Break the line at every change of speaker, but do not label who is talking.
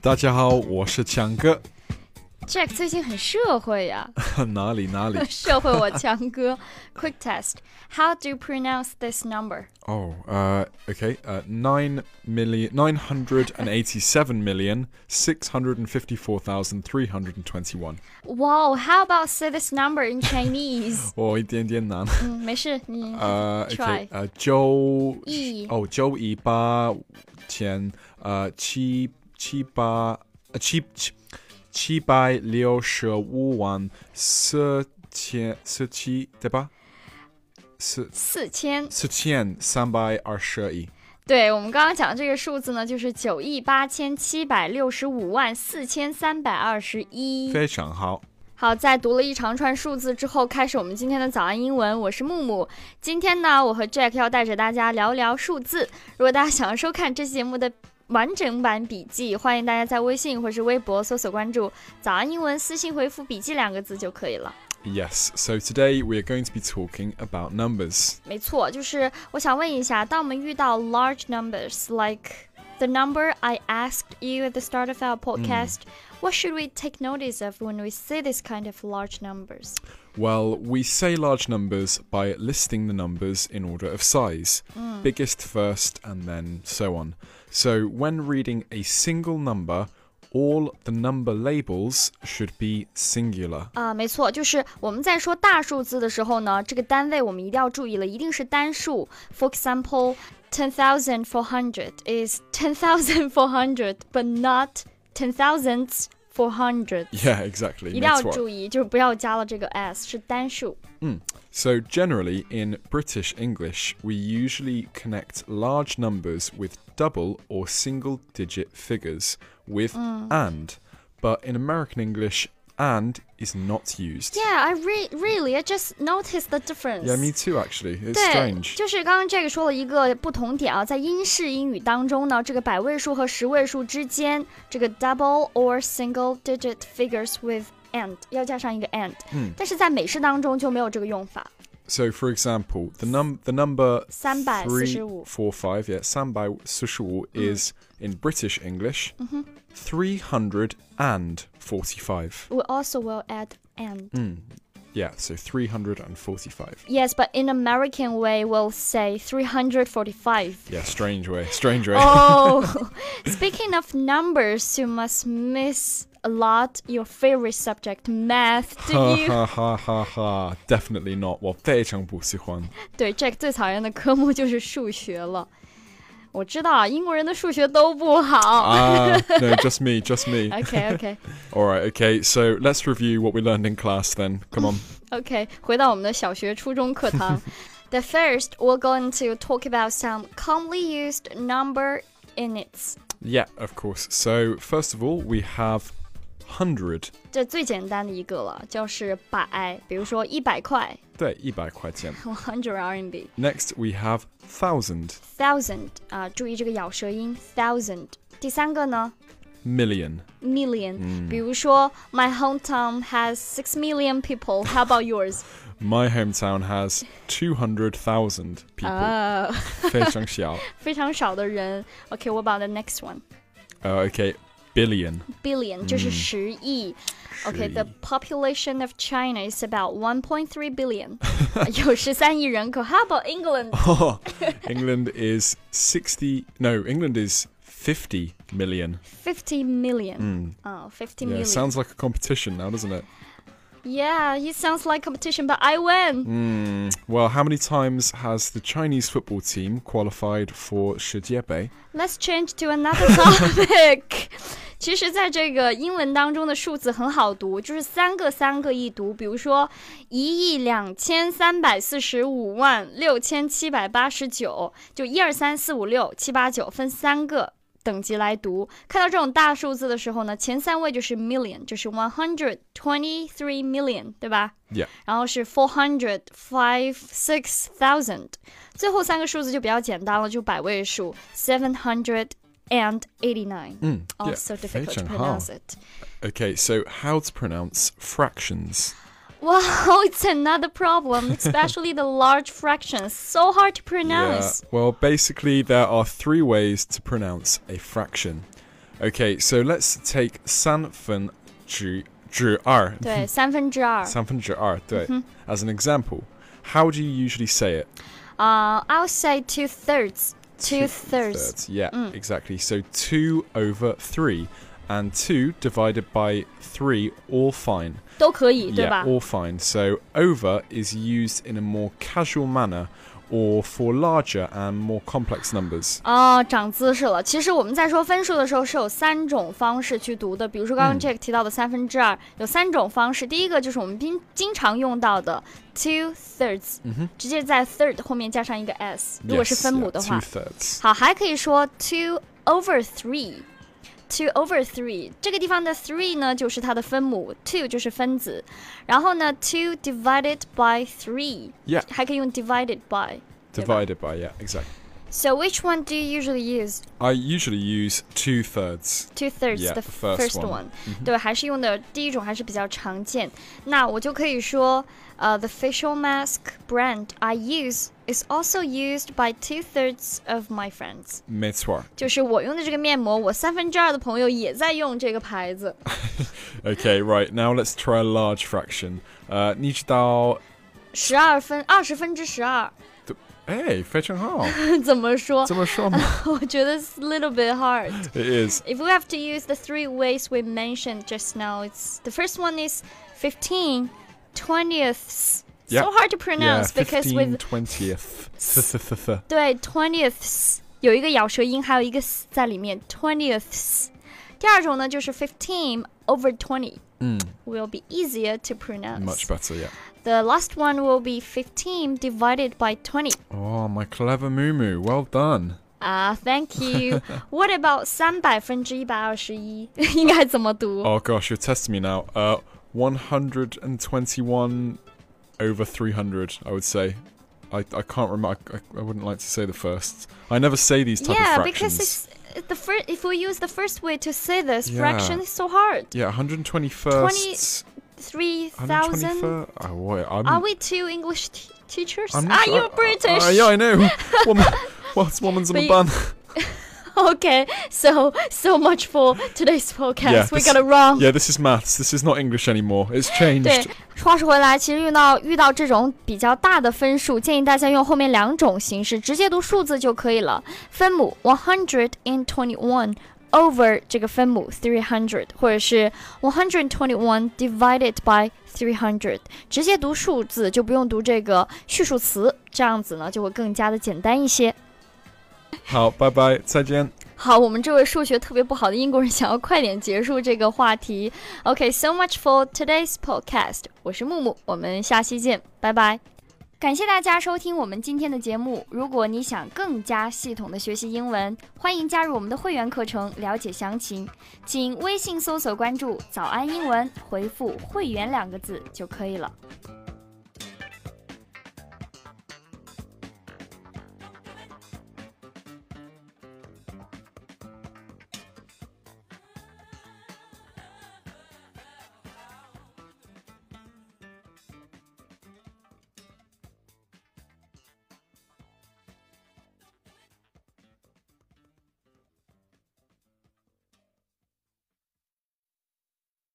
大家好，我是强哥。
Jack 最近很社会呀、
哪里哪里
社会我强哥。Quick test. How do you pronounce this number?
Oh, uh, okay. Uh, nine million, nine hundred and eighty-seven million, six hundred and fifty-four thousand three hundred and twenty-one.
Wow, how about say this number in Chinese?
哦，一点点难。
嗯，没事，你
呃，OK，
Try
呃，周
一
哦，周一八前呃七七八呃七七七百六十五万四千四七对吧？四
四千。
四千三百二十一。
对我们刚刚讲的这个数字呢，就是九亿八千七百六十五万四千三百二十一。
非常好。
好，在读了一长串数字之后，开始我们今天的早安英文。我是木木，今天呢，我和 Jack 要带着大家聊聊数字。如果大家想要收看这期节目的完整版笔记，欢迎大家在微信或是微博搜索关注“早安英文”，私信回复“笔记”两个字就可以了。
Yes, so today we are going to be talking about numbers.
没错，就是我想问一下，当我们遇到 large numbers like the number I asked you at the start of our podcast, what should we take notice of when we see this kind of large numbers?
Well, we say large numbers by listing the numbers in order of size biggest first, and then so on. So, when reading a single number, all the number labels should be singular.
啊、没错，就是我们在说大数字的时候呢，这个单位我们一定要注意了，一定是单数。For example, ten thousand four hundred is ten thousand four hundred, but not ten thousands four hundred。
Yeah, exactly.
一定要
that's what-
注意，就是不要加了这个 s，是单数。
So, generally, in British English, we usually connect large numbers with double or single digit figures with and, but in American English, and is not used.
Yeah, I re really I just noticed the difference.
Yeah, me too, actually. It's
对，
strange.
就是刚刚这个说了一个不同点啊，在英式英语当中呢，这个百位数和十位数之间，这个 double or single digit figures with and 要加上一个 and，、
嗯
但是在美式当中就没有这个用法。
So, for example, the num the number
345.
345, yeah, Sanbai Sushuwu is in British English 345.
We also will add and.
Yeah, so 345.
Yes, but in American way, we'll say 345.
Yeah, strange way, strange way.
Oh, speaking of numbers, you must miss a lot your favorite subject, math. Do
Ha
you?
ha ha ha ha! Definitely not. 我非常不喜欢。
对，Jack 最讨厌的科目就是数学了。我知道啊英国人的数学都不好。
Ah, no, just me, just me.
OK OK
All right, okay. So let's review what we learned in class. Then, come on.
OK，回到我们的小学、初中课堂。The first, we're going to talk about some commonly used number units.
Yeah, of course. So first of all, we have hundred.
这最简单的一个了，就是百，比如说一百块 o n d RMB。
Next, we have thousand,
thousand 啊、注意这个咬舌音 thousand。第三个呢
million.
，million，、比如说 My hometown has six million people. How about yours？
My hometown has two hundred thousand people.
啊
非常小.
非常少的人。OK，我 about the next one。
Uh, okay, billion.
Billion 就是十亿。OK，the、population of China is about 1.3 billion，有 十三亿人口。How about England？
Oh, England is sixty. No, England is fifty million.
Fifty million，啊、f i f t y
Hmm. Yeah,
million。
sounds like a competition now, doesn't it?
yeah, it sounds like competition, but I win.
Well, how many times has the Chinese football team qualified for Shijiebe?
Let's change to another topic 。其实，在这个英文当中的数字很好读，就是三个三个一读。比如说，一亿两千三百四十五万六千七百八十九，就一二三四五六七八九分三个等级来读。看到这种大数字的时候呢，前三位就是 million，就是 one hundred twenty three million，对吧
Yeah.
然后是 four hundred five six thousand，最后三个数字就比较简单了，就百位数 seven hundred and eighty nine。
Mm, yeah,
Also difficult
非
to
常好。
pronounce it.
Okay, so how to pronounce fractions?
Wow, it's another problem, especially the large fractions. So hard to pronounce.
Yeah, well, basically, there are three ways to pronounce a fraction. Okay, so let's take 三分之之二
对，三分之二。
三分之二，对 as an example. How do you usually say it?
啊、i l l say two thirds。Two thirds。
Two-thirds, Yeah, exactly. So two over three, and two divided by three, all fine.
都可以，对
Yeah,
吧？
all fine. So over is used in a more casual manner or for larger and more complex numbers.
哦，长姿势了。其实我们在说分数的时候是有三种方式去读的，比如说刚
嗯
刚 Jack 提到的三分之二，有三种方式。第一个就是我们经经常用到的 two thirds，、直接在 third 后面加上一个 s，如果是
嗯 Yes,
分
yeah,
母的话
two。thirds.
好，还可以说 two over three。Two over three 这个地方的 three 呢，就是它的分母，two 就是分子，然后呢，two divided by three，、
Yeah.
还可以用 divided by。
Divided by yeah, exactly.
So which one do you usually use?
I usually use two thirds.
Two thirds,
Yeah,
the
the first
first
one. Mm-hmm。
one. 对，还是用的第一种还是比较常见。那我就可以说，呃、t h e facial mask brand I use is also used by two thirds of my friends.
没错。
就是我用的这个面膜，我三分之二的朋友也在用这个牌子。
Okay, right now let's try a large fraction. Uh, 你知道-
十二分，二十分之十二，
Hey, 非常好。
怎么说？
这么说吗？
我觉得 it's a little bit hard.
It is.
If we have to use the three ways we mentioned just now, it's the first one is 15 twentieths.
Yeah.
So hard to
Yeah,
pronounce because
15
with
20th.
对 twentieths 有一个咬舌音，还有一个 s 在里面 twentieths。第二种呢就是 fifteen over twenty。Will be easier to pronounce.
Much better, yeah.
The last one will be 15 divided by 20.
Oh, my clever moo moo. Well done.
Ah, thank you. What about 三百分之一百二十一？ 应该怎么读
Oh gosh, you're testing me now. Uh, 121 over 300, I would say. I, I can't remember. I, I wouldn't like to say the first. I never say these type
Yeah,
of fractions.
because it's it's the first. If we use the first way to say this,
Yeah.
fraction is so hard.
yeah, 121st.
Three thousand.
121st. Oh, wait, I'm,
Are we two English t- teachers?
I'm
Are
not
you
sure.
British?
Uh, yeah, I know. Woman, what's woman's on
But
a
you-
bun?
okay, so so much for today's podcast.
Yeah,
we
this-
got it wrong.
Yeah, this is maths. This is not English anymore. It's
对
changed.，
话说回来，其实遇到遇到这种比较大的分数，建议大家用后面两种形式，直接读数字就可以了。分母 one hundred and twenty one over 这个分母 three hundred，或者是 one hundred twenty one divided by three hundred，直接读数字就不用读这个序数词，这样子呢就会更加的简单一些。
好，拜拜，再见。
好，我们这位数学特别不好的英国人想要快点结束这个话题。OK，so、much for today's podcast。我是木木，我们下期见，拜拜。感谢大家收听我们今天的节目。如果你想更加系统的学习英文，欢迎加入我们的会员课程，了解详情。请微信搜索关注“早安英文”，回复“会员”两个字就可以了。